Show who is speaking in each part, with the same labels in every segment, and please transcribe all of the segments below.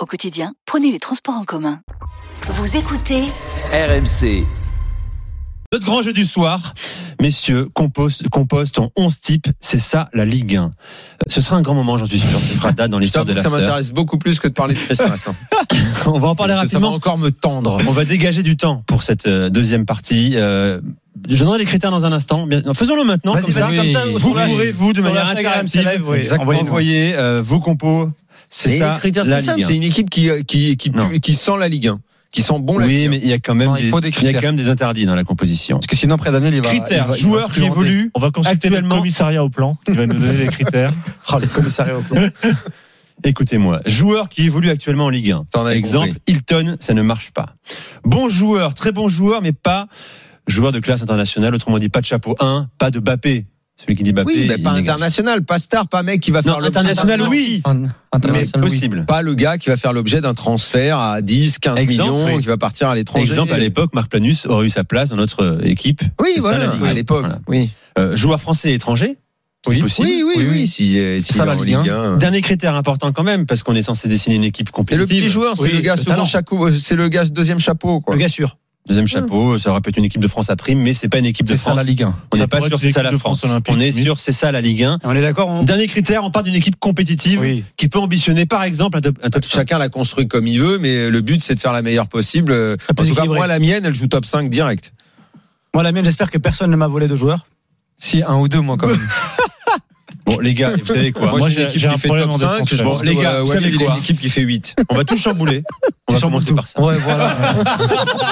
Speaker 1: Au quotidien, prenez les transports en commun.
Speaker 2: Vous écoutez
Speaker 3: RMC.
Speaker 4: Notre grand jeu du soir, messieurs, compost, compost en 11 types, c'est ça la Ligue 1. Euh, Ce sera un grand moment, j'en suis sûr, qui fera date dans
Speaker 5: Je
Speaker 4: l'histoire
Speaker 5: t'avoue
Speaker 4: de
Speaker 5: que ça
Speaker 4: l'after.
Speaker 5: m'intéresse beaucoup plus que de parler de Christmas. hein.
Speaker 4: On va en parler
Speaker 5: Ça, ça va
Speaker 4: rapidement.
Speaker 5: encore me tendre.
Speaker 4: On va dégager du temps pour cette euh, deuxième partie. Euh, je donnerai les critères dans un instant. Bien- non, Faisons-le maintenant.
Speaker 6: Vas-y,
Speaker 4: Comme ça,
Speaker 6: vas-y, comme ça,
Speaker 5: oui.
Speaker 6: au
Speaker 4: vous
Speaker 6: sondage.
Speaker 4: pourrez, vous, de
Speaker 6: Sur
Speaker 4: manière
Speaker 6: l'Instagram,
Speaker 4: interactive,
Speaker 6: c'est live, oui.
Speaker 4: exactement.
Speaker 6: Envoyez-nous.
Speaker 4: envoyer euh, vos compos. C'est
Speaker 5: Et
Speaker 4: ça.
Speaker 5: les critères,
Speaker 4: la
Speaker 5: c'est simple,
Speaker 4: Ligue 1.
Speaker 5: c'est une équipe qui, euh, qui, qui,
Speaker 4: Non.
Speaker 5: qui sent la Ligue 1, qui sent bon la
Speaker 4: oui,
Speaker 5: Ligue 1.
Speaker 4: mais il y a quand même
Speaker 6: Non, il
Speaker 4: des,
Speaker 6: faut des
Speaker 4: il y a
Speaker 6: critères.
Speaker 4: quand même des interdits dans la composition.
Speaker 6: Parce que sinon, après Daniel, il va.
Speaker 4: Critères,
Speaker 6: il va- il va
Speaker 4: joueurs qui
Speaker 6: truander.
Speaker 4: évoluent.
Speaker 7: On va consulter le
Speaker 4: Actuellement-
Speaker 7: commissariat au plan qui va nous donner les critères.
Speaker 4: Oh,
Speaker 7: Ah, le commissariat au plan.
Speaker 4: Écoutez-moi, joueur qui évolue actuellement en Ligue 1.
Speaker 5: T'en as
Speaker 4: Exemple,
Speaker 5: compris.
Speaker 4: Hilton, ça ne marche pas. Bon joueur, très bon joueur, mais pas joueur de classe internationale. Autrement dit, pas de chapeau 1, pas de Bappé. Celui qui dit Bappé.
Speaker 5: Oui, mais
Speaker 4: il
Speaker 5: pas
Speaker 4: n'existe.
Speaker 5: international, pas star, pas mec qui va
Speaker 4: Non,
Speaker 5: faire l'objet
Speaker 4: international,
Speaker 5: d'un-
Speaker 4: oui,
Speaker 6: Un-
Speaker 4: mais
Speaker 6: international, oui.
Speaker 4: possible.
Speaker 5: Pas le gars qui va faire l'objet d'un transfert à 10, 15
Speaker 4: Exemple,
Speaker 5: millions,
Speaker 4: oui.
Speaker 5: qui va partir à l'étranger.
Speaker 4: Exemple, à l'époque, Marc Planus aurait eu sa place dans notre euh, équipe.
Speaker 5: Oui,
Speaker 4: C'est ça,
Speaker 5: voilà,
Speaker 4: la Ligue 1.
Speaker 5: à l'époque.
Speaker 4: Voilà.
Speaker 5: Oui.
Speaker 4: Euh, joueur français et étranger, c'est
Speaker 5: Oui.
Speaker 4: possible.
Speaker 5: oui, oui,
Speaker 6: Oui,
Speaker 5: oui,
Speaker 6: oui.
Speaker 5: si, euh, si
Speaker 6: Ça, la
Speaker 5: en
Speaker 6: Ligue 1.
Speaker 5: Ligue 1.
Speaker 4: Dernier critère important quand même, parce qu'on est censé dessiner une équipe
Speaker 5: Et le
Speaker 4: compétitive.
Speaker 5: petit joueur, c'est
Speaker 7: Oui,
Speaker 5: le gars
Speaker 7: le
Speaker 5: second
Speaker 7: talent.
Speaker 5: chapeau, euh, c'est le gars deuxième chapeau, quoi.
Speaker 7: Le gars sûr.
Speaker 4: Deuxième
Speaker 5: Hum.
Speaker 4: chapeau, ça aurait pu être une équipe de France à prime, mais c'est pas une équipe de
Speaker 6: C'est ça
Speaker 4: France.
Speaker 6: la Ligue 1.
Speaker 4: On n'est
Speaker 7: Ça
Speaker 4: pas
Speaker 7: pourrait
Speaker 4: sûr
Speaker 7: être
Speaker 4: c'est ça
Speaker 7: l'équipe
Speaker 4: la
Speaker 7: de
Speaker 4: France.
Speaker 7: France olympique,
Speaker 4: on est
Speaker 7: mais-
Speaker 4: sûr c'est ça la Ligue 1.
Speaker 7: On est d'accord on...
Speaker 4: Dernier critère, on parle d'une équipe compétitive
Speaker 7: Oui.
Speaker 4: qui peut ambitionner par exemple un top, un top 5.
Speaker 5: Chacun la construit comme il veut, mais le but c'est de faire la meilleure possible. Euh,
Speaker 7: La
Speaker 5: En
Speaker 7: plus
Speaker 5: tout cas,
Speaker 7: équilibrée.
Speaker 5: moi la mienne, elle joue top 5 direct.
Speaker 7: Moi, la mienne, j'espère que personne ne m'a volé de joueur.
Speaker 6: Si, un ou deux, moi, quand même.
Speaker 4: Bon les gars, vous savez quoi
Speaker 7: Moi,
Speaker 5: Moi
Speaker 7: j'ai-
Speaker 5: j'ai une équipe
Speaker 7: j'ai
Speaker 5: qui
Speaker 7: un
Speaker 5: fait
Speaker 7: problème
Speaker 5: top
Speaker 7: en
Speaker 5: 5,
Speaker 7: défense,
Speaker 5: je
Speaker 7: ouais.
Speaker 5: pense
Speaker 4: Bon, les
Speaker 5: que,
Speaker 4: gars,
Speaker 5: euh,
Speaker 4: vous
Speaker 5: Walid,
Speaker 4: savez
Speaker 5: il a
Speaker 4: quoi
Speaker 5: une équipe qui fait 8.
Speaker 4: On va tout chambouler. On va commencer par ça.
Speaker 6: Ouais, voilà.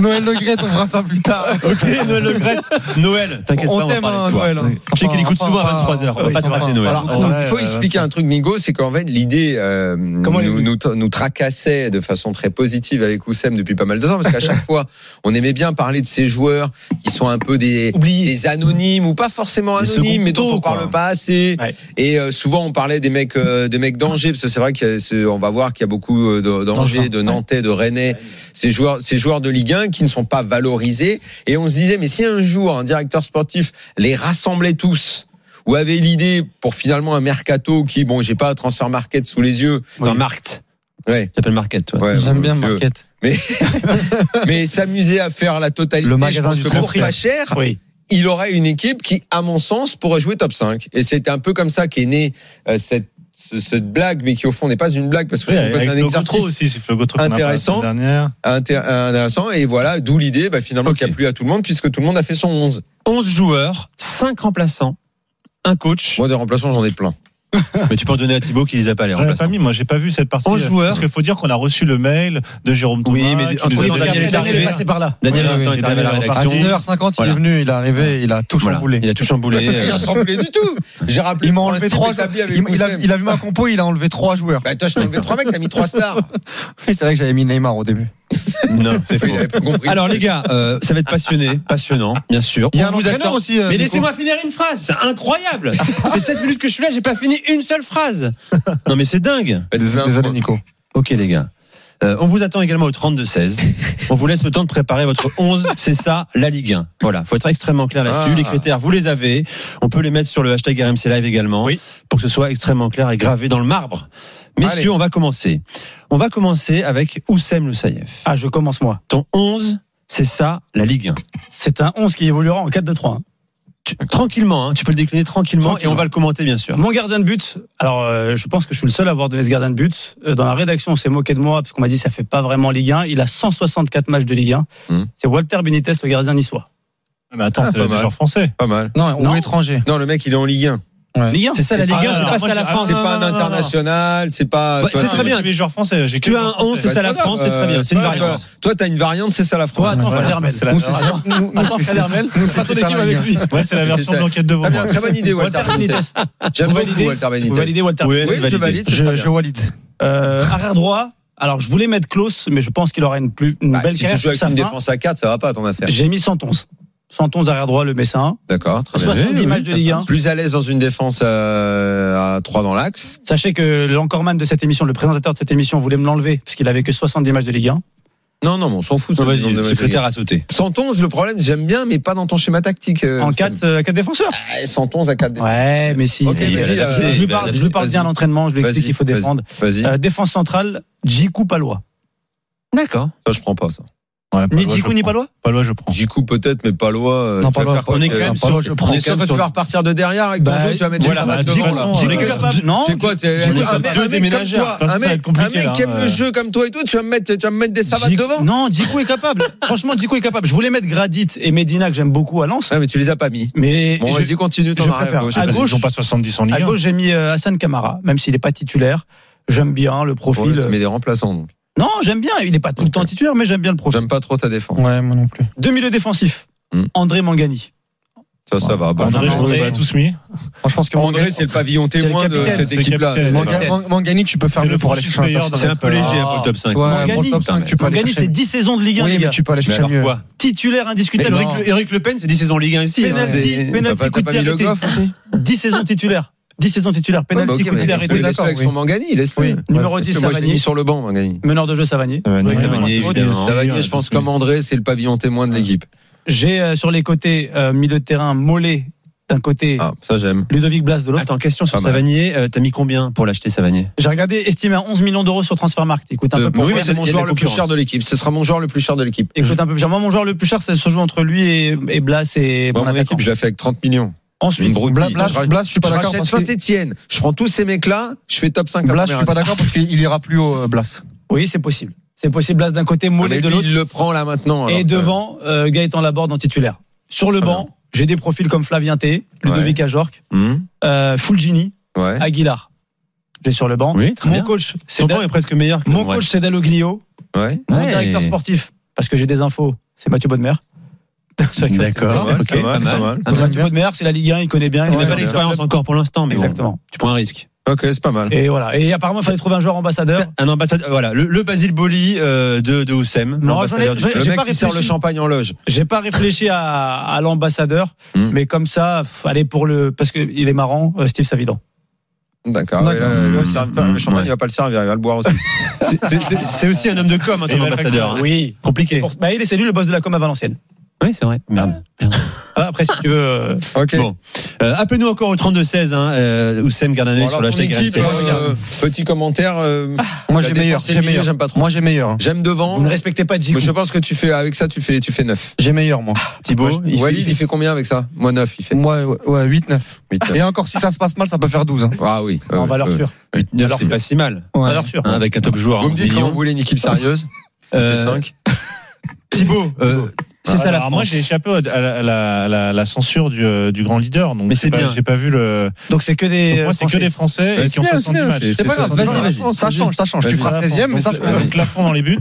Speaker 6: Noël Le Gret, on fera ça plus tard.
Speaker 4: Ok, Noël Le Gret. Noël, t'inquiète pas,
Speaker 6: On
Speaker 4: on va
Speaker 6: t'aime,
Speaker 4: parler
Speaker 6: hein,
Speaker 4: de toi.
Speaker 6: Noël. hein.
Speaker 4: Je sais qu'il
Speaker 6: Enfin,
Speaker 4: écoute
Speaker 6: enfin,
Speaker 4: souvent à
Speaker 6: enfin,
Speaker 4: 23h, on va
Speaker 6: oui,
Speaker 4: pas te
Speaker 6: enfin,
Speaker 4: rater Noël.
Speaker 6: voilà.
Speaker 5: Alors,
Speaker 7: Ah Ouais,
Speaker 5: il faut
Speaker 7: ouais,
Speaker 5: expliquer un truc, Nigo, c'est qu'en fait, l'idée euh,
Speaker 7: Comment elle est
Speaker 5: nous,
Speaker 7: venue
Speaker 5: nous, nous tracassait de façon très positive avec Oussem depuis pas mal de temps, parce qu'à chaque fois, on aimait bien parler de ces joueurs qui sont un peu des, des anonymes, ou pas forcément
Speaker 4: Des
Speaker 5: anonymes,
Speaker 4: seconds
Speaker 5: mais dont
Speaker 4: couteaux,
Speaker 5: on parle
Speaker 4: quoi.
Speaker 5: pas assez.
Speaker 7: Ouais.
Speaker 5: Et euh, souvent, on parlait des mecs, euh, des mecs d'Angers, parce que c'est vrai qu'on va voir qu'il y a beaucoup euh, de- d'Angers, de Nantais, de Rennais, ces joueurs, ces joueurs de Ligue 1 qui ne sont pas valorisés. Et on se disait, mais si un jour, un directeur sportif les rassemblait tous, ou avait l'idée pour finalement un mercato qui, bon, j'ai pas transfert market sous les yeux.
Speaker 4: Enfin, Markt.
Speaker 5: Ouais.
Speaker 4: Tu t'appelles Marquette, toi.
Speaker 5: ouais,
Speaker 6: J'aime bien
Speaker 5: vieux.
Speaker 6: Marquette.
Speaker 5: Mais s'amuser à faire la totalité,
Speaker 6: Le
Speaker 5: je
Speaker 6: magasin
Speaker 5: pense
Speaker 6: du
Speaker 5: que pour
Speaker 6: transfert.
Speaker 5: pas cher,
Speaker 7: Oui.
Speaker 5: il aurait une équipe qui, à mon sens, pourrait jouer top 5. Et c'était un peu comme ça qu'est née euh, cette, ce- cette blague, mais qui au fond n'est pas une blague parce que je trouve que c'est un exercice
Speaker 7: aussi, c'est Flo Gautreau qu'on a parlé la
Speaker 5: intéressant.
Speaker 7: semaine dernière.
Speaker 5: intér- intéressant. Et voilà, d'où l'idée, bah, finalement,
Speaker 4: Ok.
Speaker 5: qui a plu à tout le monde puisque tout le monde a fait son 11.
Speaker 4: 11 joueurs, 5 remplaçants, un coach.
Speaker 5: Moi, des remplaçants, j'en ai plein.
Speaker 4: Mais tu peux en donner à Thibaut qui les a pas les
Speaker 7: J'en ai pas
Speaker 4: remplaçants.
Speaker 7: mis, moi, j'ai pas vu cette partie.
Speaker 4: En joueur.
Speaker 7: Parce qu'il faut dire qu'on a reçu le mail de Jérôme
Speaker 4: Oui,
Speaker 7: Thomas.
Speaker 4: mais
Speaker 7: qui
Speaker 4: entre
Speaker 7: nous a
Speaker 4: temps,
Speaker 7: dit-
Speaker 4: Daniel est
Speaker 7: Daniel
Speaker 4: arrivé.
Speaker 7: passé par là.
Speaker 4: Daniel
Speaker 6: Ouais,
Speaker 4: en même temps,
Speaker 7: oui,
Speaker 4: est arrivé à la
Speaker 7: Daniel est
Speaker 6: À
Speaker 4: rédaction.
Speaker 7: Action.
Speaker 6: 19h50, il
Speaker 4: Voilà.
Speaker 6: est venu, il est arrivé, il a tout
Speaker 4: Voilà.
Speaker 6: chamboulé.
Speaker 4: Il a tout chamboulé.
Speaker 5: Il
Speaker 4: euh,
Speaker 5: a chamboulé du tout. J'ai rappelé.
Speaker 6: Il m'a
Speaker 5: le
Speaker 6: enlevé
Speaker 5: principe
Speaker 6: trois joueurs.
Speaker 5: établi avec
Speaker 6: Il, il a,
Speaker 5: Oussem.
Speaker 6: il a vu ma compo, il a enlevé trois joueurs.
Speaker 5: Bah, toi, je t'ai enlevé trois mecs, t'as mis trois stars.
Speaker 6: Oui, c'est vrai que j'avais mis Neymar au début.
Speaker 4: Non, c'est faux.
Speaker 5: Il avait pas compris.
Speaker 4: Alors les gars, euh, ça va être passionné, passionnant, bien sûr.
Speaker 6: Il y a
Speaker 4: On
Speaker 6: un
Speaker 4: vous
Speaker 6: entraîneur
Speaker 4: attend.
Speaker 6: aussi, euh,
Speaker 4: Mais
Speaker 6: Nico.
Speaker 4: laissez-moi finir une phrase, c'est incroyable. Ça fait 7 minutes que je suis là, j'ai pas fini une seule phrase. Non mais c'est dingue.
Speaker 6: Désolé, désolé, Nico.
Speaker 4: Ok les gars. Euh, on vous attend également au 32-16. On vous laisse le temps de préparer votre 11. C'est ça, la Ligue 1. Voilà, faut être extrêmement clair là-dessus.
Speaker 5: Ah.
Speaker 4: Les critères, vous les avez. On peut les mettre sur le hashtag RMC Live également.
Speaker 7: Oui.
Speaker 4: Pour que ce soit extrêmement clair et gravé dans le marbre. Messieurs,
Speaker 5: Allez.
Speaker 4: on va commencer. On va commencer avec Oussem Loussaïef.
Speaker 7: Ah, je commence, moi.
Speaker 4: Ton 11, c'est ça, la Ligue 1.
Speaker 7: C'est un 11 qui évoluera en 4-2-3. hein.
Speaker 4: Tu- tranquillement, hein, tu peux le décliner tranquillement,
Speaker 7: Tranquillement.
Speaker 4: et on va le commenter bien sûr.
Speaker 7: Mon gardien de but, alors euh, je pense que je suis le seul à avoir donné ce gardien de but. Euh, dans la rédaction, on s'est moqué de moi parce qu'on m'a dit ça fait pas vraiment Ligue 1. Il a 164 matchs de Ligue 1.
Speaker 5: Hum.
Speaker 7: C'est Walter Benitez, le gardien niçois. Ah,
Speaker 6: Mais attends,
Speaker 5: c'est
Speaker 6: c'est
Speaker 5: des joueurs
Speaker 6: français.
Speaker 5: Pas mal.
Speaker 6: Non,
Speaker 7: Non.
Speaker 6: ou étranger.
Speaker 5: Non, le mec, il est en Ligue 1.
Speaker 7: Ligue 1
Speaker 4: C'est ça la Ligue 1,
Speaker 7: Ah,
Speaker 4: c'est
Speaker 7: alors,
Speaker 4: pas
Speaker 7: moi,
Speaker 4: ça la
Speaker 7: j'ai-
Speaker 4: France.
Speaker 5: C'est
Speaker 7: non,
Speaker 5: pas un
Speaker 7: non, non, non.
Speaker 5: international, c'est pas.
Speaker 4: Bah,
Speaker 5: toi,
Speaker 4: c'est
Speaker 5: c'est-
Speaker 4: très bien.
Speaker 7: les joueurs français. j'ai que
Speaker 4: Tu
Speaker 7: les
Speaker 4: as un
Speaker 7: joueurs
Speaker 4: 11,
Speaker 7: français.
Speaker 4: c'est ça la
Speaker 5: grave,
Speaker 4: France, c'est très
Speaker 5: euh,
Speaker 4: bien, c'est une
Speaker 5: toi,
Speaker 4: variante.
Speaker 5: toi- Toi, t'as une variante, c'est ça la
Speaker 7: Toi,
Speaker 5: France.
Speaker 7: attends,
Speaker 6: Voilà.
Speaker 7: Valère Mel.
Speaker 6: la- Nous, c'est ça. Nous,
Speaker 7: Attends,
Speaker 6: c'est-
Speaker 7: Valère Mel.
Speaker 6: nous, c'est
Speaker 5: Attends,
Speaker 6: ça,
Speaker 5: l'équipe
Speaker 6: la
Speaker 5: avec
Speaker 6: Ligue
Speaker 5: lui.
Speaker 7: Ouais, c'est la
Speaker 5: C'est
Speaker 7: version
Speaker 5: ça.
Speaker 7: de l'enquête de vos
Speaker 5: Très bien, très bonne idée, Walter.
Speaker 7: Benitez.
Speaker 5: Benitez. J'aime
Speaker 7: Vous
Speaker 5: beaucoup
Speaker 7: validez
Speaker 5: Walter
Speaker 7: Vous
Speaker 5: Benitez.
Speaker 7: validez Walter.
Speaker 4: Ouais,
Speaker 5: Oui,
Speaker 4: c'est
Speaker 5: je
Speaker 4: validé.
Speaker 5: valide.
Speaker 6: 1.
Speaker 5: c'est très
Speaker 6: Je,
Speaker 5: bien.
Speaker 6: je valide.
Speaker 7: Euh, arrière droit, Alors, je voulais mettre Klaus, mais je pense qu'il aura une, plus, une
Speaker 5: Bah,
Speaker 7: belle
Speaker 5: si tu
Speaker 7: carrière.
Speaker 5: joues avec
Speaker 7: sur sa
Speaker 5: une
Speaker 7: fin.
Speaker 5: défense à 4, ça va pas ton affaire.
Speaker 7: J'ai mis 111. 111 arrière droit, le Messin.
Speaker 5: D'accord, très bien.
Speaker 7: 70
Speaker 4: oui,
Speaker 7: matchs de Ligue 1.
Speaker 5: Plus à l'aise dans une défense euh, à 3 dans l'axe.
Speaker 7: Sachez que l'encoreman de cette émission, le présentateur de cette émission, voulait me l'enlever parce qu'il avait que 70 matchs de Ligue 1.
Speaker 5: Non, non, mais on s'en fout.
Speaker 4: Non,
Speaker 5: ça,
Speaker 4: vas-y,
Speaker 5: ils
Speaker 4: le
Speaker 5: ont de-
Speaker 4: secrétaire a sauté.
Speaker 5: 111, le problème, j'aime bien, mais pas dans ton schéma tactique. euh,
Speaker 7: en
Speaker 5: Sam.
Speaker 7: 4, euh, quatre défenseurs.
Speaker 5: Ah, 111 à 4
Speaker 7: Ouais, mais si.
Speaker 5: Ok,
Speaker 7: Mais
Speaker 5: vas-y,
Speaker 7: je-
Speaker 5: euh,
Speaker 7: je, lui
Speaker 4: vas-y,
Speaker 7: parle,
Speaker 4: vas-y,
Speaker 7: je lui parle
Speaker 5: vas-y.
Speaker 7: bien à l'entraînement, je lui explique qu'il faut défendre.
Speaker 5: Vas-y.
Speaker 7: Euh, défense centrale, Djikou Palois.
Speaker 5: D'accord. Ça, je prends pas ça.
Speaker 8: Ouais,
Speaker 7: Ni
Speaker 8: Palois,
Speaker 7: Djikou
Speaker 8: je
Speaker 7: ni
Speaker 8: prends.
Speaker 7: Palois
Speaker 8: Palois, je prends.
Speaker 5: Du coup, peut-être, mais pas loin. euh,
Speaker 8: Non, pas loin.
Speaker 6: Euh,
Speaker 4: On est quand même
Speaker 8: Palois,
Speaker 4: sûr.
Speaker 8: je
Speaker 5: On
Speaker 8: prends.
Speaker 5: est sûr que tu vas repartir de derrière avec ton
Speaker 7: Bah,
Speaker 5: jeu, tu vas mettre
Speaker 4: voilà,
Speaker 5: ça
Speaker 4: bah,
Speaker 5: devant,
Speaker 4: Djikou,
Speaker 5: là.
Speaker 4: on
Speaker 7: J'ai
Speaker 4: est
Speaker 7: capable. Non,
Speaker 5: C'est quoi c'est-
Speaker 4: J'en ai
Speaker 5: un,
Speaker 4: sorti
Speaker 5: mec-
Speaker 4: deux
Speaker 5: un mec comme
Speaker 4: déménageurs.
Speaker 5: toi,
Speaker 8: Ça, ça
Speaker 5: un
Speaker 8: va être
Speaker 5: mec, un
Speaker 8: compliqué,
Speaker 5: mec
Speaker 8: là,
Speaker 5: qui aime
Speaker 8: hein.
Speaker 5: le jeu comme toi et tout, tu vas me mettre, tu vas me mettre des savates
Speaker 7: Djikou-
Speaker 5: devant.
Speaker 7: Non, Djikou est capable. Franchement, Djikou est capable. Je voulais mettre Gradit et Medina que j'aime beaucoup à Lens,
Speaker 5: Ouais, mais tu les as pas mis.
Speaker 7: mais
Speaker 5: Bon,
Speaker 7: je-
Speaker 5: vas-y, continue ton
Speaker 7: je
Speaker 5: arrière
Speaker 7: préfère.
Speaker 5: gauche.
Speaker 7: À
Speaker 8: Parce
Speaker 5: Vas-y.
Speaker 8: qu'ils
Speaker 7: gauche-
Speaker 8: ont pas 70 en Ligue
Speaker 7: à
Speaker 8: 1.
Speaker 7: gauche j'ai mis euh, Hassan Kamara, même s'il n'est pas titulaire. J'aime bien le
Speaker 5: Ouais,
Speaker 7: profil.
Speaker 5: tu mets des remplaçants. donc.
Speaker 7: Non, j'aime bien. Il n'est pas tout le temps titulaire, mais j'aime bien le profil.
Speaker 5: J'aime pas trop ta défense.
Speaker 8: Ouais, moi non plus.
Speaker 7: Deux milieux défensifs.
Speaker 5: Hmm.
Speaker 7: André Mangani.
Speaker 5: Ça, ça va. Bah,
Speaker 8: André, je pense
Speaker 7: André-
Speaker 8: qu'on l'a tous mis.
Speaker 6: Moi, je pense que
Speaker 5: André, c'est le pavillon témoin de
Speaker 7: capitaine,
Speaker 5: cette
Speaker 8: c'est le
Speaker 5: équipe-là.
Speaker 8: capitaine.
Speaker 5: Voilà.
Speaker 6: Manga- Man- Mangani, tu peux faire
Speaker 8: C'est
Speaker 6: mieux
Speaker 8: le
Speaker 6: pour aller
Speaker 8: franchise
Speaker 6: chercher un
Speaker 8: player
Speaker 6: top
Speaker 8: dans
Speaker 4: C'est un
Speaker 6: 5.
Speaker 4: peu léger hein, pour le top 5.
Speaker 6: Ouais,
Speaker 7: Mangani.
Speaker 6: pour le top 5, tu peux aller
Speaker 7: Mangani, c'est
Speaker 6: chercher.
Speaker 7: 10 saisons de Ligue 1,
Speaker 6: Oui,
Speaker 7: les
Speaker 6: mais
Speaker 7: gars.
Speaker 6: tu peux aller
Speaker 4: Mais
Speaker 6: chercher
Speaker 4: alors
Speaker 6: mieux.
Speaker 4: quoi
Speaker 7: Titulaire
Speaker 4: Mais
Speaker 7: indiscutable.
Speaker 4: Eric, Le- Eric Le Pen, c'est 10 saisons Ligue 1 aussi. hein,
Speaker 7: Penalty,
Speaker 4: c'est-
Speaker 5: T'as
Speaker 7: penalty,
Speaker 5: pas-
Speaker 7: coup
Speaker 5: t'as
Speaker 7: de
Speaker 5: pas mis
Speaker 7: pied
Speaker 5: le
Speaker 7: arrêté.
Speaker 5: goff aussi
Speaker 7: 10 saisons titulaires. 10 saisons titulaires.
Speaker 5: Ah. Ouais, bah,
Speaker 7: Pénalty,
Speaker 5: ok,
Speaker 7: coup de
Speaker 5: mais
Speaker 7: pied arrêté.
Speaker 5: laisse-le laisse-le avec son Mangani, laisse-le.
Speaker 7: Oui. Numéro
Speaker 5: Parce
Speaker 7: 10,
Speaker 5: que Moi, je l'ai
Speaker 7: Savani.
Speaker 5: mis sur le banc, Mangani.
Speaker 7: Meneur de jeu, Savanier.
Speaker 8: Savanier,
Speaker 7: Joueur
Speaker 4: Savanier,
Speaker 7: numéro dix.
Speaker 4: évidemment.
Speaker 5: Savani, je pense comme André, c'est le pavillon témoin de l'équipe.
Speaker 7: J'ai euh, sur les côtés euh, milieu de terrain Mollet d'un côté,
Speaker 5: Ah, ça, j'aime.
Speaker 7: Ludovic Blas de l'autre.
Speaker 4: Attends, question sur
Speaker 5: Pas mal.
Speaker 4: Savanier. euh, T'as mis combien pour l'acheter, Savanier
Speaker 7: J'ai regardé, estimé à 11 millions d'euros sur Transfermarkt. Il coûte
Speaker 4: Euh,
Speaker 7: un peu plus
Speaker 5: Oui, mais
Speaker 7: cher.
Speaker 5: c'est mon
Speaker 4: il y a
Speaker 5: joueur
Speaker 4: de la
Speaker 5: le plus
Speaker 4: concurrence.
Speaker 5: cher de l'équipe. Ce sera mon joueur le plus cher de l'équipe.
Speaker 7: Il coûte un peu plus cher. Moi, mon joueur le plus cher, ça se joue entre lui et, et Blas et
Speaker 5: Moi,
Speaker 7: mon
Speaker 5: mon
Speaker 7: attaquant.
Speaker 5: équipe, je l'ai fait avec 30 millions. Une
Speaker 7: Ensuite,
Speaker 5: broutille.
Speaker 6: Bla-
Speaker 5: Je
Speaker 6: Blas,
Speaker 5: ra-
Speaker 6: Blas, je suis pas
Speaker 5: je
Speaker 6: d'accord
Speaker 5: rachète
Speaker 6: parce que
Speaker 5: Saint-Etienne. Je prends tous ces mecs-là, je fais top 5 la
Speaker 6: Blas, je
Speaker 5: première
Speaker 6: suis pas d'accord parce qu'il ira plus haut, euh, Blas.
Speaker 7: oui, c'est possible. C'est possible. Blas d'un côté,
Speaker 5: année.
Speaker 7: Mollet
Speaker 5: Ah, Mais
Speaker 7: de
Speaker 5: lui,
Speaker 7: l'autre.
Speaker 5: il le prend là maintenant. alors
Speaker 7: Et
Speaker 5: que-
Speaker 7: devant, euh, Gaëtan Laborde en titulaire. Sur le
Speaker 5: Très
Speaker 7: banc, j'ai des profils comme Flavien T, Ludovic Ajorc,
Speaker 5: Hmm,
Speaker 7: euh, Fulgini,
Speaker 5: Ouais.
Speaker 7: Aguilar. J'ai sur le banc.
Speaker 4: Oui, très
Speaker 7: mon
Speaker 4: bien.
Speaker 7: coach, c'est
Speaker 4: Son temps
Speaker 7: Da-
Speaker 4: est presque meilleur que
Speaker 7: mon
Speaker 4: ouais.
Speaker 7: coach, c'est Dalloglio.
Speaker 5: Ouais. Ah,
Speaker 7: Mon
Speaker 4: Ouais.
Speaker 7: directeur sportif, parce que j'ai des infos, c'est Mathieu Bodmer.
Speaker 4: D'accord,
Speaker 5: Pas mal,
Speaker 4: ok,
Speaker 5: pas mal, pas mal.
Speaker 4: Pas mal.
Speaker 7: Mathieu Bodmer, c'est la Ligue 1, il connaît bien.
Speaker 4: Il
Speaker 7: connaît
Speaker 4: n'a
Speaker 5: Ouais,
Speaker 4: pas
Speaker 7: bien.
Speaker 4: d'expérience encore pour l'instant, mais bon,
Speaker 7: Exactement.
Speaker 4: tu prends un risque.
Speaker 5: Ok, c'est pas mal.
Speaker 7: Et voilà. Et apparemment, il fallait trouver un joueur ambassadeur.
Speaker 4: Un ambassadeur, voilà, le, le Basile Boli euh, de, de Oussem.
Speaker 7: Non,
Speaker 4: l'ambassadeur
Speaker 7: j'en ai-
Speaker 4: du
Speaker 7: j'en
Speaker 5: Le
Speaker 7: j'ai
Speaker 5: mec
Speaker 7: pas
Speaker 5: qui sert le
Speaker 7: réfléchi.
Speaker 5: champagne en loge.
Speaker 7: J'ai pas réfléchi à, à l'ambassadeur,
Speaker 5: Hmm.
Speaker 7: mais comme ça, fallait pour le. Parce qu'il est marrant, euh, Steve Savidan.
Speaker 5: D'accord.
Speaker 6: D'accord.
Speaker 5: Et là, Le
Speaker 4: Mmh,
Speaker 5: serve- le
Speaker 4: mmh,
Speaker 5: champagne,
Speaker 4: ouais.
Speaker 5: il va pas le servir, il va le boire aussi.
Speaker 4: C'est- c'est- C'est c'est aussi un homme de com, hein, ton ambassadeur. hein.
Speaker 7: Oui.
Speaker 4: Compliqué.
Speaker 7: Pour- bah, il est séduit le boss de la com à Valenciennes.
Speaker 4: Oui, c'est vrai. Merde.
Speaker 7: Ah, après, si tu veux. euh,
Speaker 5: Ok.
Speaker 4: Bon. Euh, Appelez-nous encore au 32-16, hein, euh, Oussem Gardanet
Speaker 5: Bon,
Speaker 4: sur
Speaker 5: alors, ton
Speaker 4: l'hashtag
Speaker 5: équipe,
Speaker 4: RMC.
Speaker 5: euh, Petit commentaire. euh,
Speaker 6: Moi,
Speaker 5: la
Speaker 6: j'ai
Speaker 5: défense
Speaker 6: meilleur.
Speaker 5: et le
Speaker 6: J'ai
Speaker 5: milieu,
Speaker 6: meilleur.
Speaker 5: J'aime pas trop.
Speaker 6: Moi, j'ai meilleur.
Speaker 5: J'aime devant.
Speaker 7: vous ne respectez pas Djikou.
Speaker 5: Mais je pense que tu fais avec ça, tu fais, tu fais 9.
Speaker 6: J'ai meilleur, moi.
Speaker 4: Thibaut, il fait-
Speaker 5: Walid, il fait combien avec ça Moi 9, il fait.
Speaker 6: Moi, ouais, ouais, 8-9.
Speaker 5: Huit, neuf.
Speaker 6: Et encore, si ça se passe mal, ça peut faire 12. hein.
Speaker 5: Ah oui.
Speaker 7: En valeur sûre.
Speaker 4: Huit, neuf, c'est pas si mal.
Speaker 6: Ouais.
Speaker 7: Valeur sûre.
Speaker 4: hein, avec un top joueur
Speaker 5: Vous
Speaker 4: en
Speaker 5: me dites quand vous
Speaker 4: millions.
Speaker 5: voulez une équipe sérieuse.
Speaker 4: Euh,
Speaker 5: C'est 5.
Speaker 4: Thibaut, euh, c'est ça la
Speaker 8: Alors, Moi,
Speaker 4: France.
Speaker 8: j'ai échappé à la, à la- à la- à la censure du, euh, du grand leader. Donc
Speaker 4: Mais
Speaker 8: j'ai
Speaker 4: c'est
Speaker 8: pas-
Speaker 4: bien.
Speaker 8: J'ai pas vu le.
Speaker 7: Donc c'est que des.
Speaker 8: Donc, moi, c'est que
Speaker 7: Français.
Speaker 8: des Français
Speaker 5: Ouais,
Speaker 8: et
Speaker 5: c'est
Speaker 8: qui ont
Speaker 5: bien, c'est
Speaker 8: 70
Speaker 5: bien,
Speaker 8: matchs.
Speaker 5: c'est-
Speaker 6: C'est pas grave,
Speaker 5: ça,
Speaker 6: vas-y,
Speaker 5: ça,
Speaker 6: vas-y.
Speaker 5: ça,
Speaker 6: Ça
Speaker 5: ça,
Speaker 6: change, ça change.
Speaker 5: Vas-y,
Speaker 6: Tu feras
Speaker 8: Voilà,
Speaker 6: 16ème, mais ça
Speaker 8: donc, euh,
Speaker 6: change.
Speaker 8: donc, Lafond dans les buts.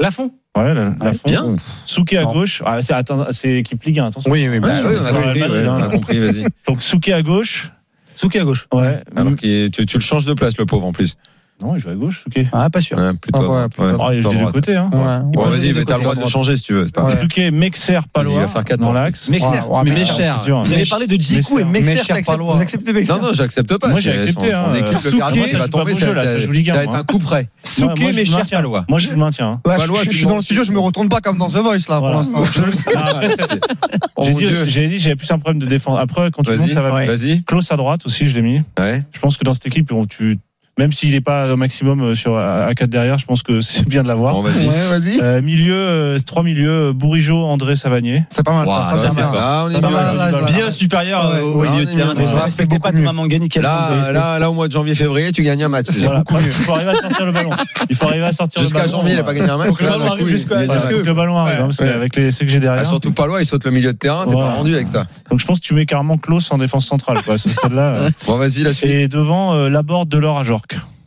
Speaker 7: Lafond.
Speaker 8: Ouais, la- Lafond.
Speaker 4: bien.
Speaker 8: Souquet à
Speaker 7: Non.
Speaker 8: gauche. Ah, c'est- attends, C'est équipe Ligue 1, attention.
Speaker 6: Oui, oui, bien
Speaker 5: Bah
Speaker 6: sûr.
Speaker 5: oui, on a
Speaker 8: Ouais,
Speaker 5: compris,
Speaker 8: Madrid,
Speaker 5: ouais, on a
Speaker 8: hein.
Speaker 5: compris, vas-y.
Speaker 8: Donc Souquet à gauche.
Speaker 7: Souké à gauche.
Speaker 8: Ouais.
Speaker 5: Alors que tu, tu le changes de place, le pauvre, en plus.
Speaker 8: Non, il joue à gauche, Souquet.
Speaker 7: Ah, pas sûr.
Speaker 5: Ouais, plutôt.
Speaker 6: Ah
Speaker 5: à
Speaker 6: ouais,
Speaker 5: droite,
Speaker 6: plutôt à
Speaker 5: ouais,
Speaker 8: Oh, il
Speaker 5: plutôt à
Speaker 8: joue du
Speaker 5: droite.
Speaker 8: côté. Hein.
Speaker 6: Ouais.
Speaker 5: Bon,
Speaker 6: Ouais.
Speaker 5: vas-y, mais t'as le droit de le changer si tu veux. c'est pas grave.
Speaker 6: Ouais.
Speaker 8: Souquet, Mexer,
Speaker 5: Il
Speaker 8: Palois.
Speaker 5: va faire 14.
Speaker 8: Dans l'axe.
Speaker 7: Mexer.
Speaker 6: Ouais, ouais,
Speaker 4: mais
Speaker 6: mais
Speaker 4: Mescher.
Speaker 8: c'est dur.
Speaker 7: Vous avez parlé de Djikou et
Speaker 8: Messer.
Speaker 7: Mexer.
Speaker 6: Messer,
Speaker 7: t'acceptes-
Speaker 6: Palois.
Speaker 7: Vous acceptez Mexer
Speaker 5: Non, non, j'accepte pas.
Speaker 8: Moi, j'ai
Speaker 5: c'est-
Speaker 8: accepté,
Speaker 5: son- son
Speaker 8: hein.
Speaker 5: équipe, le
Speaker 8: Souquet,
Speaker 5: gardien, ça
Speaker 8: ça
Speaker 5: va
Speaker 8: joue pas
Speaker 5: tomber,
Speaker 8: beau
Speaker 5: ça
Speaker 8: jeu, là, ça
Speaker 5: va
Speaker 8: joue Ligue 1,
Speaker 5: ça va être
Speaker 8: moi.
Speaker 5: un coup près.
Speaker 8: Moi, moi,
Speaker 4: Souquet,
Speaker 8: je
Speaker 4: Mescher,
Speaker 8: maintiens.
Speaker 4: Palois.
Speaker 8: Moi, je le maintiens.
Speaker 6: Ouais,
Speaker 5: Valois,
Speaker 6: je, je
Speaker 5: tu
Speaker 6: suis dans
Speaker 5: changes.
Speaker 6: le studio, je me retourne pas comme dans The Voice
Speaker 8: Voilà.
Speaker 6: là pour l'instant.
Speaker 8: Ah, après, ça-
Speaker 5: Oh,
Speaker 8: J'ai
Speaker 5: mon
Speaker 8: dit,
Speaker 5: Dieu.
Speaker 8: j'ai dit, j'avais plus un problème de défense. Après, quand tu montes, ça va.
Speaker 5: Vas-y, vas-y.
Speaker 8: Klaus à droite aussi, je l'ai mis.
Speaker 5: Ouais.
Speaker 8: Je pense que dans cette équipe, on- tu, même s'il n'est pas au maximum euh, sur à 4 derrière, je pense que c'est bien de l'avoir.
Speaker 5: Bon, vas-y.
Speaker 6: Ouais, vas-y.
Speaker 8: Euh, milieu, euh, trois milieux, euh, Bourigeau, André Savanier.
Speaker 6: C'est pas mal,
Speaker 5: Ouah,
Speaker 6: ça,
Speaker 5: là,
Speaker 6: ça,
Speaker 5: c'est
Speaker 6: j'aime
Speaker 5: fort.
Speaker 6: bien.
Speaker 5: Là, on est
Speaker 6: Pas
Speaker 5: mieux, là.
Speaker 6: mal, là, là.
Speaker 4: Bien supérieur euh, au
Speaker 6: Ouais,
Speaker 4: milieu
Speaker 6: on
Speaker 4: de
Speaker 7: Mais
Speaker 4: terrain. des
Speaker 6: est mieux, là.
Speaker 7: je
Speaker 4: Français.
Speaker 7: respectais pas
Speaker 6: beaucoup
Speaker 7: Thomas
Speaker 6: mieux.
Speaker 7: Mangani. Quel homme de
Speaker 5: Là,
Speaker 7: respect.
Speaker 5: là, là, au mois de janvier-février, tu gagnes un match.
Speaker 8: Voilà. Il faut arriver à sortir le ballon. Il faut arriver à sortir le
Speaker 5: Jusqu'à
Speaker 8: ballon.
Speaker 5: janvier, il a pas gagné un match.
Speaker 7: Donc, le
Speaker 5: Là,
Speaker 7: ballon
Speaker 5: d'un
Speaker 7: arrive
Speaker 5: coup, il-
Speaker 7: jusqu'à-
Speaker 5: il-
Speaker 8: Voilà,
Speaker 7: Parce
Speaker 8: faut que le ballon arrive, hein, parce
Speaker 5: Ouais.
Speaker 8: qu'avec les, ceux que j'ai
Speaker 5: Ah,
Speaker 8: derrière.
Speaker 5: surtout pas loin, il saute le milieu de terrain, t'es
Speaker 8: Voilà.
Speaker 5: pas rendu avec ça.
Speaker 8: Donc je pense que tu mets carrément Klaus en défense centrale, quoi, à ce stade-là. euh.
Speaker 5: Bon, vas-y, la suite.
Speaker 8: Et devant, euh, Laborde, Delors à Jorque.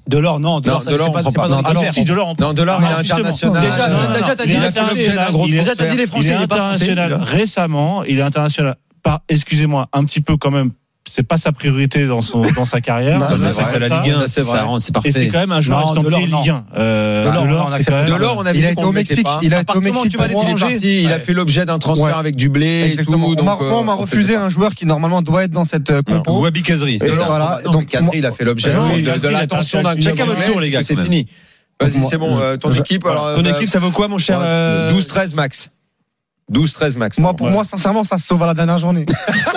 Speaker 7: Delors, non, Delors,
Speaker 5: Non,
Speaker 7: ça-
Speaker 5: Delors,
Speaker 7: c'est
Speaker 5: on
Speaker 7: pas,
Speaker 5: prend
Speaker 7: c'est pas
Speaker 5: pas.
Speaker 7: dans
Speaker 5: Non,
Speaker 7: le
Speaker 8: Ah,
Speaker 5: Delors,
Speaker 7: critère.
Speaker 8: si, Delors, on
Speaker 5: Non, de là, il est
Speaker 8: Ah, justement.
Speaker 5: international.
Speaker 7: Déjà,
Speaker 8: non,
Speaker 5: Non,
Speaker 8: déjà, t'as
Speaker 5: il
Speaker 8: dit
Speaker 5: a
Speaker 8: les
Speaker 5: fait l'objet
Speaker 8: Français,
Speaker 5: d'un
Speaker 8: là,
Speaker 5: gros
Speaker 8: il est
Speaker 5: transfert.
Speaker 7: hein. Déjà, t'as dit les
Speaker 8: Il est
Speaker 7: Français, il est pas français.
Speaker 8: international récemment, il est international par, excusez-moi, un petit peu quand même c'est pas sa priorité dans son dans sa carrière.
Speaker 6: Non,
Speaker 8: Comme
Speaker 6: c'est
Speaker 8: ça,
Speaker 6: vrai,
Speaker 8: c'est
Speaker 4: c'est la
Speaker 8: ça.
Speaker 4: Ligue 1,
Speaker 5: c'est
Speaker 4: c'est
Speaker 5: vrai.
Speaker 4: ça rentre, c'est
Speaker 8: Et c'est
Speaker 4: parfait.
Speaker 8: quand même un joueur
Speaker 7: Non,
Speaker 8: estampillé
Speaker 7: Delors, non.
Speaker 8: Ligue 1. Euh,
Speaker 7: Delors,
Speaker 8: Delors,
Speaker 7: on
Speaker 8: c'est
Speaker 7: accepte.
Speaker 8: quand même-
Speaker 5: Delors, on avait
Speaker 6: Il
Speaker 5: dit
Speaker 6: a été
Speaker 5: qu'on
Speaker 6: au
Speaker 5: le mettait
Speaker 6: Mexique.
Speaker 5: pas.
Speaker 6: Il a
Speaker 5: À
Speaker 6: été
Speaker 5: partir
Speaker 6: au
Speaker 5: du moment où
Speaker 6: Mexique
Speaker 5: tu vas
Speaker 6: pour
Speaker 5: aller
Speaker 6: Angers.
Speaker 5: parti, il a
Speaker 7: Ouais.
Speaker 5: fait l'objet d'un transfert
Speaker 6: Ouais.
Speaker 5: avec du blé et tout.
Speaker 6: Exactement. on m'a
Speaker 5: donc, euh,
Speaker 6: on m'a
Speaker 5: on fait
Speaker 6: refusé
Speaker 5: pas.
Speaker 6: un joueur qui normalement doit être dans cette euh,
Speaker 5: Non.
Speaker 6: compo.
Speaker 4: Wabi Kazri.
Speaker 5: Et
Speaker 6: ça.
Speaker 5: alors,
Speaker 6: Voilà.
Speaker 5: bah non,
Speaker 6: Donc,
Speaker 5: mais Casri,
Speaker 6: moi-
Speaker 5: il a fait l'objet
Speaker 8: Non,
Speaker 5: de-
Speaker 8: il a
Speaker 5: de,
Speaker 8: fait
Speaker 5: l'attention d'un
Speaker 8: une
Speaker 5: chacun votre
Speaker 8: attaque
Speaker 5: tour, les gars. C'est
Speaker 4: quand même.
Speaker 5: fini. Vas-y, c'est bon. euh, Ton
Speaker 8: Je-
Speaker 5: équipe,
Speaker 8: voilà.
Speaker 5: alors.
Speaker 4: Ton
Speaker 5: euh,
Speaker 4: équipe, ça vaut quoi, mon cher euh,
Speaker 5: 12-13 max. 12-13 max.
Speaker 6: Moi, pour
Speaker 8: Ouais.
Speaker 6: moi, sincèrement, ça se sauve à la dernière journée.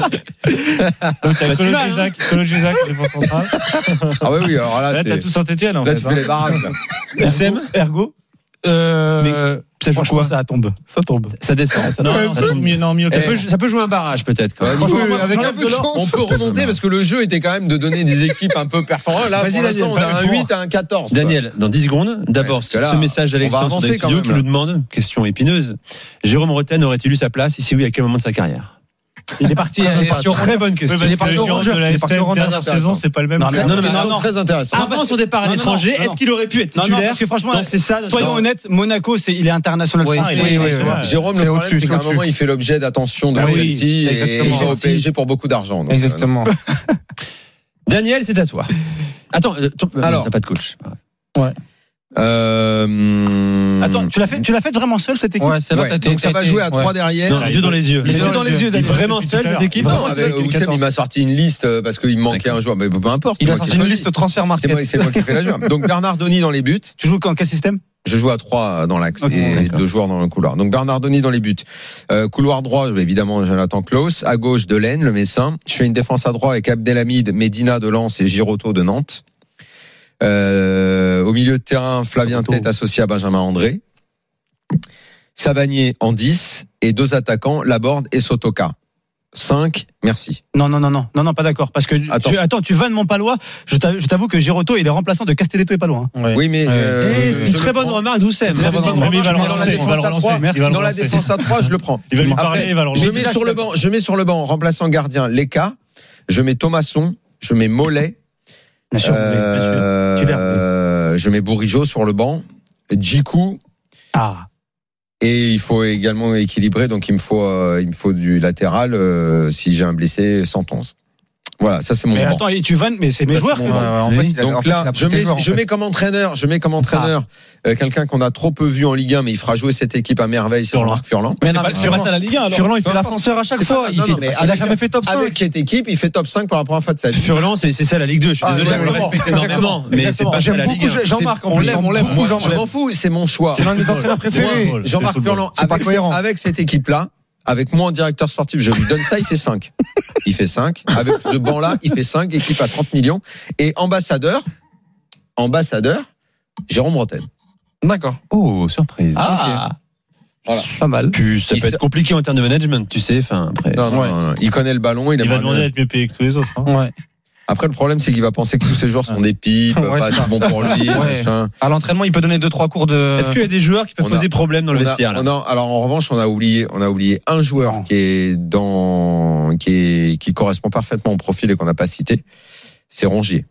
Speaker 8: Donc, t'as
Speaker 4: Bah, c'est
Speaker 8: Colo
Speaker 4: mal, hein.
Speaker 8: Gizac, Colo Gizac, défense centrale.
Speaker 5: Ah oui, oui, alors là,
Speaker 8: Là, t'as
Speaker 5: c'est-
Speaker 8: tout Saint-Etienne, en
Speaker 5: là,
Speaker 8: fait. hein.
Speaker 5: tu fais les barrages. là.
Speaker 4: Oussem
Speaker 7: Ergo euh,
Speaker 4: Ça joue
Speaker 7: Franchement,
Speaker 4: quoi
Speaker 7: ça tombe. Ça Eh. tombe.
Speaker 4: Ça descend.
Speaker 8: hein. Non, non, ça tombe mieux, non, mieux
Speaker 4: Ça
Speaker 8: que
Speaker 4: peut, ça peut jouer un barrage, peut-être. quand même.
Speaker 5: Ouais,
Speaker 6: Oui,
Speaker 5: moi,
Speaker 6: avec un
Speaker 5: j'enlève
Speaker 6: peu de
Speaker 5: Delors. On
Speaker 6: chance.
Speaker 5: peut remonter parce que le jeu était quand même de donner des équipes un peu performantes. Là,
Speaker 4: Vas-y,
Speaker 5: pour l'instant, on
Speaker 4: Daniel,
Speaker 5: a un
Speaker 4: pas
Speaker 5: 8 à un 14. quoi.
Speaker 4: Daniel, dans 10 secondes, d'abord
Speaker 5: Ouais, parce que là,
Speaker 4: ce message
Speaker 5: on va
Speaker 4: d'Alexandre sur
Speaker 5: avancer
Speaker 4: Direct
Speaker 5: quand
Speaker 4: Studio
Speaker 5: même,
Speaker 4: qui
Speaker 5: là.
Speaker 4: nous demande, question épineuse, Jérôme Roten aurait-il eu sa place, et si oui, à quel moment de sa carrière
Speaker 7: Il est parti.
Speaker 6: Ça, c'est pas-
Speaker 4: Très bonne question.
Speaker 6: Il est
Speaker 8: le
Speaker 6: parti au
Speaker 8: géant
Speaker 6: Rangers,
Speaker 8: de
Speaker 6: il
Speaker 8: la
Speaker 6: est parti au
Speaker 8: SM
Speaker 6: Rangers,
Speaker 8: dernière
Speaker 6: ça,
Speaker 8: saison,
Speaker 6: ça.
Speaker 8: c'est pas le même.
Speaker 7: Non,
Speaker 8: que-
Speaker 5: C'est
Speaker 4: non, non, Ah, mais
Speaker 5: une question
Speaker 7: non.
Speaker 5: très intéressant.
Speaker 7: Ah,
Speaker 4: Avant son départ à
Speaker 7: Non, non,
Speaker 4: l'étranger,
Speaker 7: non, non.
Speaker 4: est-ce qu'il aurait pu être
Speaker 7: Non, non,
Speaker 4: titulaire
Speaker 7: parce que franchement,
Speaker 4: dans- c'est ça. notre-
Speaker 7: Soyons
Speaker 4: dans-
Speaker 7: honnêtes, Monaco, c'est il est international
Speaker 5: Oui,
Speaker 7: français.
Speaker 8: oui,
Speaker 7: il est-
Speaker 8: oui,
Speaker 7: tu
Speaker 8: oui.
Speaker 7: vois,
Speaker 5: Jérôme,
Speaker 6: C'est
Speaker 5: le problème,
Speaker 6: au-dessus,
Speaker 5: c'est
Speaker 6: c'est
Speaker 5: qu'à un
Speaker 6: au-dessus.
Speaker 5: moment, il fait l'objet d'attention de
Speaker 6: Ah oui,
Speaker 5: Chelsea et il
Speaker 6: exactement.
Speaker 5: va au PSG pour beaucoup d'argent. donc, euh,
Speaker 6: Exactement.
Speaker 4: Daniel, c'est à toi. Attends, euh, ton-
Speaker 5: Alors.
Speaker 4: t'as pas de coach.
Speaker 5: Euh, hum,
Speaker 7: Attends, tu l'as fait, tu l'as fait vraiment seul cette équipe
Speaker 6: Ouais, c'est là
Speaker 5: ouais, donc ça va jouer à 3
Speaker 4: Non,
Speaker 5: derrière.
Speaker 4: les yeux dans les yeux.
Speaker 7: Les yeux dans les yeux, Daniel.
Speaker 4: Vraiment
Speaker 8: Depuis tout à
Speaker 4: seul,
Speaker 8: l'heure.
Speaker 4: cette équipe.
Speaker 5: Non,
Speaker 8: Vraiment,
Speaker 5: avec
Speaker 8: avec les
Speaker 5: Oussem,
Speaker 8: 14.
Speaker 5: il m'a sorti une liste euh, parce qu'il me manquait un joueur. Mais peu importe.
Speaker 6: Il
Speaker 5: c'est
Speaker 6: a
Speaker 5: moi qui
Speaker 6: sorti
Speaker 5: ai
Speaker 6: une
Speaker 5: choisi.
Speaker 6: liste transfert
Speaker 5: C'est moi,
Speaker 6: market.
Speaker 5: c'est moi qui ai fait la joueur. Donc Bernardoni dans les buts.
Speaker 7: Tu joues quand quel système
Speaker 5: Je joue à 3 dans l'axe
Speaker 7: Ok,
Speaker 5: et
Speaker 4: d'accord.
Speaker 5: deux joueurs dans le couloir. Donc Bernardoni dans les buts. Euh, couloir droit, évidemment Jonathan Klaus. À gauche, Delaine, le Messin. Je fais une défense à droite avec Abdelhamid, Medina de Lens et Giroto de Nantes. Euh, au milieu de terrain, Flavien
Speaker 7: Giroto.
Speaker 5: Tête associé à Benjamin André. Savanier en 10 et deux attaquants, Laborde et Sotoka. 5, merci.
Speaker 7: Non, non, non, non, non, non, pas d'accord. Parce que
Speaker 5: Attends.
Speaker 7: tu, attends, tu vas de Montpalois. Je t'avoue je t'avoue que Giroto, il est remplaçant de Castelletto et hein. pas loin.
Speaker 5: Oui, mais... euh,
Speaker 4: Eh,
Speaker 5: je-
Speaker 4: c'est une
Speaker 5: je
Speaker 4: très
Speaker 5: le
Speaker 4: bonne
Speaker 5: prends.
Speaker 4: remarque d'Oussem.
Speaker 5: Très
Speaker 4: Très
Speaker 5: bonne
Speaker 4: bonne
Speaker 5: remarque.
Speaker 8: Mais il va le
Speaker 5: Mais dans la
Speaker 8: relancer, il va le
Speaker 5: défense à
Speaker 8: relancer.
Speaker 5: trois,
Speaker 8: Il va le
Speaker 5: Dans la
Speaker 8: relancer.
Speaker 5: défense à 3, je le prends.
Speaker 8: Il va lui
Speaker 5: Après,
Speaker 8: parler, il va le
Speaker 5: Je
Speaker 8: relancer.
Speaker 5: mets sur le banc, je mets sur le banc en remplaçant gardien Leka, je mets Thomasson, je mets Mollet,
Speaker 7: Bien sûr. oui, bien sûr.
Speaker 5: euh,
Speaker 7: Titulaire, oui.
Speaker 5: euh, je mets Bourigeau sur le banc, Djikou
Speaker 7: Ah,
Speaker 5: et il faut également équilibrer donc il me faut euh, il me faut du latéral euh, si j'ai un blessé 111. Voilà, ça c'est mon
Speaker 7: mais
Speaker 5: banc.
Speaker 7: attends, et tu vannes, mais c'est mes
Speaker 5: Ça,
Speaker 7: joueurs.
Speaker 5: c'est
Speaker 6: Ouais,
Speaker 5: mon
Speaker 6: ouais,
Speaker 5: banc.
Speaker 6: en fait, il a- en
Speaker 5: Donc
Speaker 6: fait, il
Speaker 5: là,
Speaker 6: a
Speaker 5: je
Speaker 6: pris
Speaker 5: mets,
Speaker 6: tes joueurs, en
Speaker 5: je
Speaker 6: fait.
Speaker 5: mets comme entraîneur, je mets comme entraîneur
Speaker 8: Ah.
Speaker 5: euh, quelqu'un qu'on a trop peu vu en Ligue 1, mais il fera jouer cette épe à merveille, c'est Jean-Marc Furlan.
Speaker 6: Mais non, mais Furlan-
Speaker 7: la Ligue 1
Speaker 6: Furlan, il
Speaker 5: Peu
Speaker 6: fait
Speaker 5: importe.
Speaker 6: l'ascenseur à chaque
Speaker 5: C'est
Speaker 6: fois.
Speaker 5: pas-
Speaker 6: Il
Speaker 5: non,
Speaker 6: fait-
Speaker 5: non, mais
Speaker 6: il a
Speaker 5: avec-
Speaker 6: jamais fait top 5.
Speaker 5: Avec cette équipe, il fait top 5 par rapport à Fat
Speaker 4: Furlan, c'est c'est ça la Ligue 2. Je suis
Speaker 5: Ah,
Speaker 4: désolé, on le
Speaker 5: exactement.
Speaker 4: respecte énormément, mais c'est
Speaker 6: Exactement.
Speaker 4: pas ça
Speaker 6: J'aime
Speaker 4: la
Speaker 6: beaucoup
Speaker 4: Ligue 1.
Speaker 6: Jean-Marc en
Speaker 5: on
Speaker 6: plus.
Speaker 5: l'aime,
Speaker 6: J'aime
Speaker 5: on l'aime.
Speaker 6: beaucoup
Speaker 5: Moi,
Speaker 6: Jean-Marc.
Speaker 5: je m'en fous, c'est mon choix.
Speaker 6: C'est l'un de mes entraîneurs préférés.
Speaker 8: football.
Speaker 5: Jean-Marc
Speaker 8: C'est le
Speaker 5: Furlan,
Speaker 8: football.
Speaker 5: Ah,
Speaker 6: C'est pas
Speaker 5: avec,
Speaker 6: cohérent.
Speaker 5: avec cette équipe-là, avec moi en directeur sportif, je lui donne ça, il fait 5. Il fait 5. Avec ce banc-là, il fait 5, équipe à 30 millions. Et ambassadeur, ambassadeur, Jérôme Rotten.
Speaker 6: D'accord.
Speaker 4: Oh, surprise.
Speaker 7: Ah,
Speaker 5: Voilà.
Speaker 7: pas mal.
Speaker 4: Tu- ça
Speaker 5: Il
Speaker 4: peut
Speaker 5: se-
Speaker 4: être compliqué en termes de management, tu sais. Enfin, après.
Speaker 5: Non, non,
Speaker 6: Ouais.
Speaker 5: non, non. il connaît le ballon. Il
Speaker 8: Il
Speaker 5: aimerait
Speaker 8: va demander
Speaker 5: bien.
Speaker 8: à être mieux payé que tous les autres. hein.
Speaker 6: Ouais.
Speaker 5: Après, le problème, c'est qu'il va penser que tous ces joueurs sont des pipes,
Speaker 6: Ouais,
Speaker 5: pas
Speaker 6: c'est ça.
Speaker 5: si bons pour lui.
Speaker 6: Ouais.
Speaker 5: machin.
Speaker 6: À l'entraînement, il peut donner 2-3 cours de.
Speaker 4: Est-ce qu'il y a des joueurs qui peuvent
Speaker 5: on a-
Speaker 4: poser problème dans le
Speaker 5: On a-
Speaker 4: vestiaire là
Speaker 5: on a- alors en revanche, on a oublié, on a oublié un joueur qui est dans, qui est, qui correspond parfaitement au profil et qu'on n'a pas cité. C'est Rongier.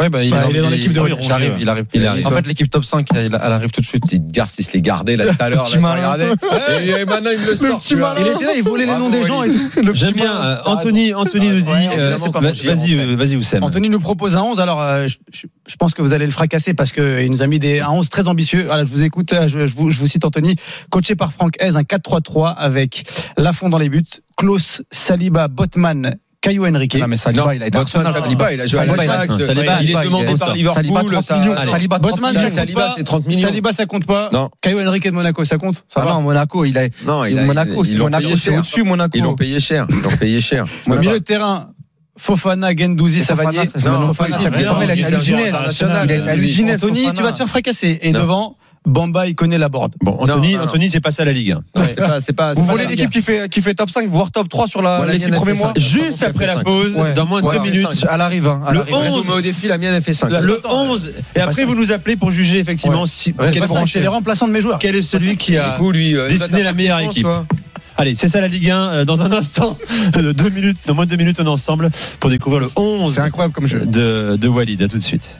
Speaker 6: Ouais, bah, il,
Speaker 7: Bah,
Speaker 6: est,
Speaker 7: il est dans l'équipe de Rongier,
Speaker 6: Il arrive,
Speaker 7: ouais.
Speaker 6: il arrive.
Speaker 5: Il arrive.
Speaker 6: En fait, l'équipe top 5, elle, elle arrive tout de suite.
Speaker 5: Petite garce, il se l'est gardé là tout à l'heure.
Speaker 6: Le
Speaker 5: là,
Speaker 6: petit
Speaker 5: je
Speaker 6: malin.
Speaker 5: regardais. Et, et maintenant il me le sort.
Speaker 6: petit
Speaker 5: tu vois.
Speaker 6: malin.
Speaker 5: Il était là, il volait les
Speaker 6: Bravo,
Speaker 5: noms des gens. Et tout.
Speaker 4: J'aime bien. euh, Anthony, Anthony nous dit.
Speaker 5: Ouais, évidemment,
Speaker 4: euh, c'est pas-
Speaker 5: pas Rongier,
Speaker 4: Vas-y,
Speaker 5: en fait.
Speaker 4: euh, vas-y, Oussem.
Speaker 7: Anthony nous propose un 11. Alors, euh, je, je- je pense que vous allez le fracasser parce qu'il nous a mis des, un 11 très ambitieux. Voilà, je vous écoute, euh, je, je vous, je vous cite Anthony. Coaché par Franck Hez, un 4-3-3 avec Lafond dans les buts, Klaus, Saliba, Botman, Caillou Henrique.
Speaker 6: Ah,
Speaker 5: Non,
Speaker 6: mais Saliba, il a été
Speaker 5: Botman,
Speaker 6: Arsenal.
Speaker 5: Saliba, il a joué à
Speaker 6: Saliba, il a-
Speaker 5: l'Ajax.
Speaker 6: Saliba,
Speaker 5: Il est
Speaker 6: Saliba,
Speaker 5: demandé
Speaker 6: il est-
Speaker 5: par Liverpool,
Speaker 6: Saliba, 30
Speaker 5: ça-
Speaker 6: millions.
Speaker 5: Allez.
Speaker 6: Saliba, 30
Speaker 7: Botman,
Speaker 6: millions.
Speaker 7: ça compte
Speaker 5: Saliba,
Speaker 7: pas.
Speaker 5: c'est 30 millions.
Speaker 7: Saliba, ça compte pas.
Speaker 5: Non.
Speaker 7: Caillou Henrique de Monaco, ça compte
Speaker 6: Ah
Speaker 7: va
Speaker 6: non, Monaco, il a.
Speaker 5: Non, il a-
Speaker 6: Monaco,
Speaker 5: ils-
Speaker 6: c'est
Speaker 5: ils l'ont
Speaker 6: Monaco,
Speaker 5: payé
Speaker 6: c'est
Speaker 5: cher.
Speaker 6: au-dessus, Monaco.
Speaker 5: Ils l'ont payé cher. Ils l'ont payé cher.
Speaker 7: Au milieu de terrain, Fofana, Gendouzi,
Speaker 6: Fofana,
Speaker 7: Savanier.
Speaker 6: ça, c'est Non,
Speaker 5: pas
Speaker 7: Fofana,
Speaker 5: possible.
Speaker 7: ça compte
Speaker 6: Non,
Speaker 7: pas.
Speaker 6: mais il
Speaker 8: Si,
Speaker 6: a été
Speaker 8: c'est un
Speaker 6: halluciné,
Speaker 8: joueur
Speaker 6: c'est
Speaker 8: international.
Speaker 6: Il a été halluciné.
Speaker 7: Anthony, tu vas te faire fracasser. Et
Speaker 5: Non.
Speaker 7: devant, Bamba, il connaît la board.
Speaker 4: Bon, Anthony,
Speaker 5: Non, non, non.
Speaker 4: Anthony, c'est passé à la Ligue hein. 1.
Speaker 5: C'est pas, c'est pas.
Speaker 6: Vous
Speaker 5: c'est pas
Speaker 6: voulez
Speaker 5: la-
Speaker 6: l'équipe qui fait, qui fait top 5, voire top 3 sur la,
Speaker 5: Voilà,
Speaker 6: les
Speaker 5: il y en
Speaker 6: 6
Speaker 5: a
Speaker 6: premiers
Speaker 5: fait
Speaker 6: mois
Speaker 5: cinq.
Speaker 4: Juste après la
Speaker 5: cinq.
Speaker 4: pause,
Speaker 6: Ouais.
Speaker 4: dans moins de
Speaker 5: Ouais,
Speaker 4: 2
Speaker 5: ouais,
Speaker 4: minutes,
Speaker 5: cinq.
Speaker 6: Elle arrive, hein, elle
Speaker 4: Le
Speaker 6: arrive.
Speaker 5: Je vous mets au
Speaker 4: 11.
Speaker 5: défi, la mienne a fait 5.
Speaker 4: le 11. Et après, vous nous appelez pour juger effectivement
Speaker 6: Ouais.
Speaker 4: si
Speaker 6: Reste
Speaker 4: quel,
Speaker 6: pas branché.
Speaker 7: C'est les remplaçants de mes joueurs.
Speaker 4: quel est celui qui a
Speaker 5: lui.
Speaker 6: euh,
Speaker 4: dessiné la meilleure équipe. Allez, c'est ça la Ligue 1. euh, Dans un instant, de deux minutes, dans moins de 2 minutes, on est ensemble pour découvrir le 11
Speaker 6: C'est incroyable comme jeu.
Speaker 4: de, de Walid. À tout de suite.